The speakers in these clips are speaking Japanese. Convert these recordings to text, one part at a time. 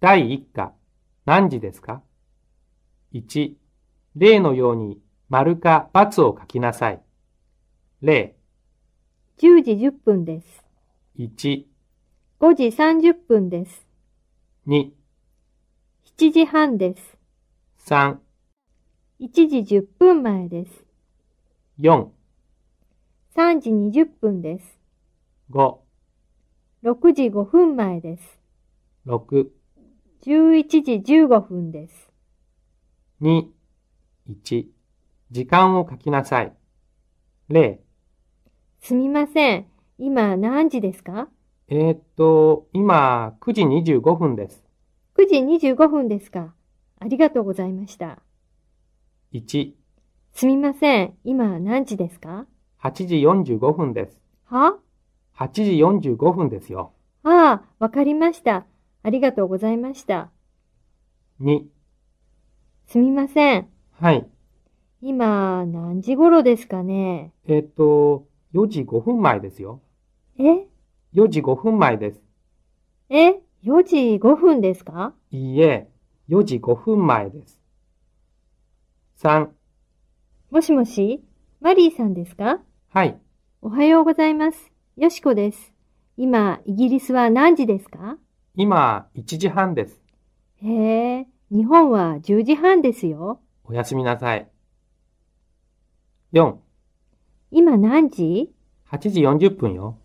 第1課、何時ですか ?1、例のように丸か×を書きなさい。例、 10時10分です。 1、 5時30分です。 2、 7時半です。 3、 1時10分前です。 4、 3時20分です。 5、 6時5分前です。 6、 11時15分です。 2、1、時間を書きなさい。例、すみません。今何時ですかえーっと、今9時25分です。 ?9 時25分ですかありがとうございました。 1、すみません。今何時ですか8時45分です。は8時45分ですよ。ああ、わかりました。ありがとうございました。 2、すみません。はい。今何時頃ですかねえーっと、4時5分前ですよ。え4時5分前です。え ?4 時5分ですかいいえ、4時5分前です。3、もしもしマリーさんですかはい。おはようございます。よしこです。今、イギリスは何時ですか今、1時半です。へえ、日本は10時半ですよ。おやすみなさい。4、今何時8時40分よ。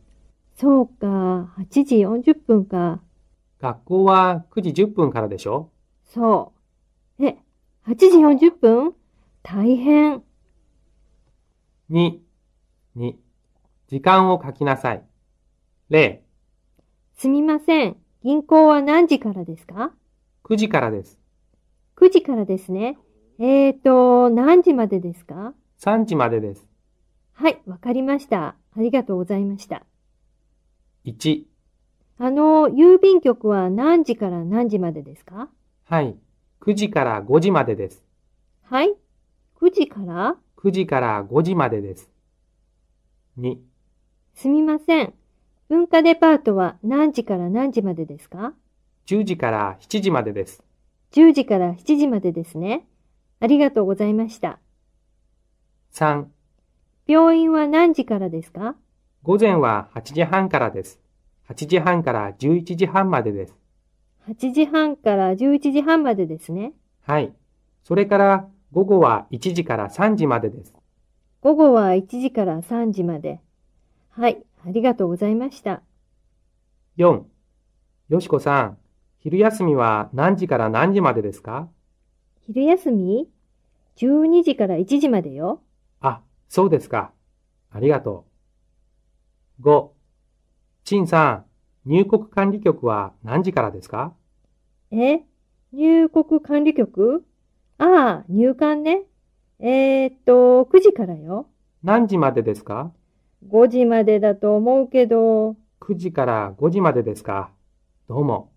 そうか、8時40分か。学校は9時10分からでしょそう。え、8時40分大変。 ?2、2、時間を書きなさい。0、すみません。銀行は何時からですか9時からです。 ?9 時からですね。えーと、何時までですか3時までです。はい、わかりました。ありがとうございました。 1、あの、郵便局は何時から何時までですかはい。9時から5時までです。はい。9時から9時から5時までです。2、すみません。文化デパートは何時から何時までですか10時から7時までです。 ?10 時から7時までですね。ありがとうございました。 3、病院は何時からですか午前は8時半からです。8時半から11時半までです。 ?8 時半から11時半までですね。はい。それから午後は1時から3時までです。午後は1時から3時まで。はい、ありがとうございました。 4、よしこさん、昼休みは何時から何時までですか昼休み ?12 時から1時までよ。あ、そうですか。ありがとう。5、ちんさん、入国管理局は何時からですかえ入国管理局ああ、入管ね。えーっと、9時からよ。何時までですか5時までだと思うけど、 ?9 時から5時までですかどうも。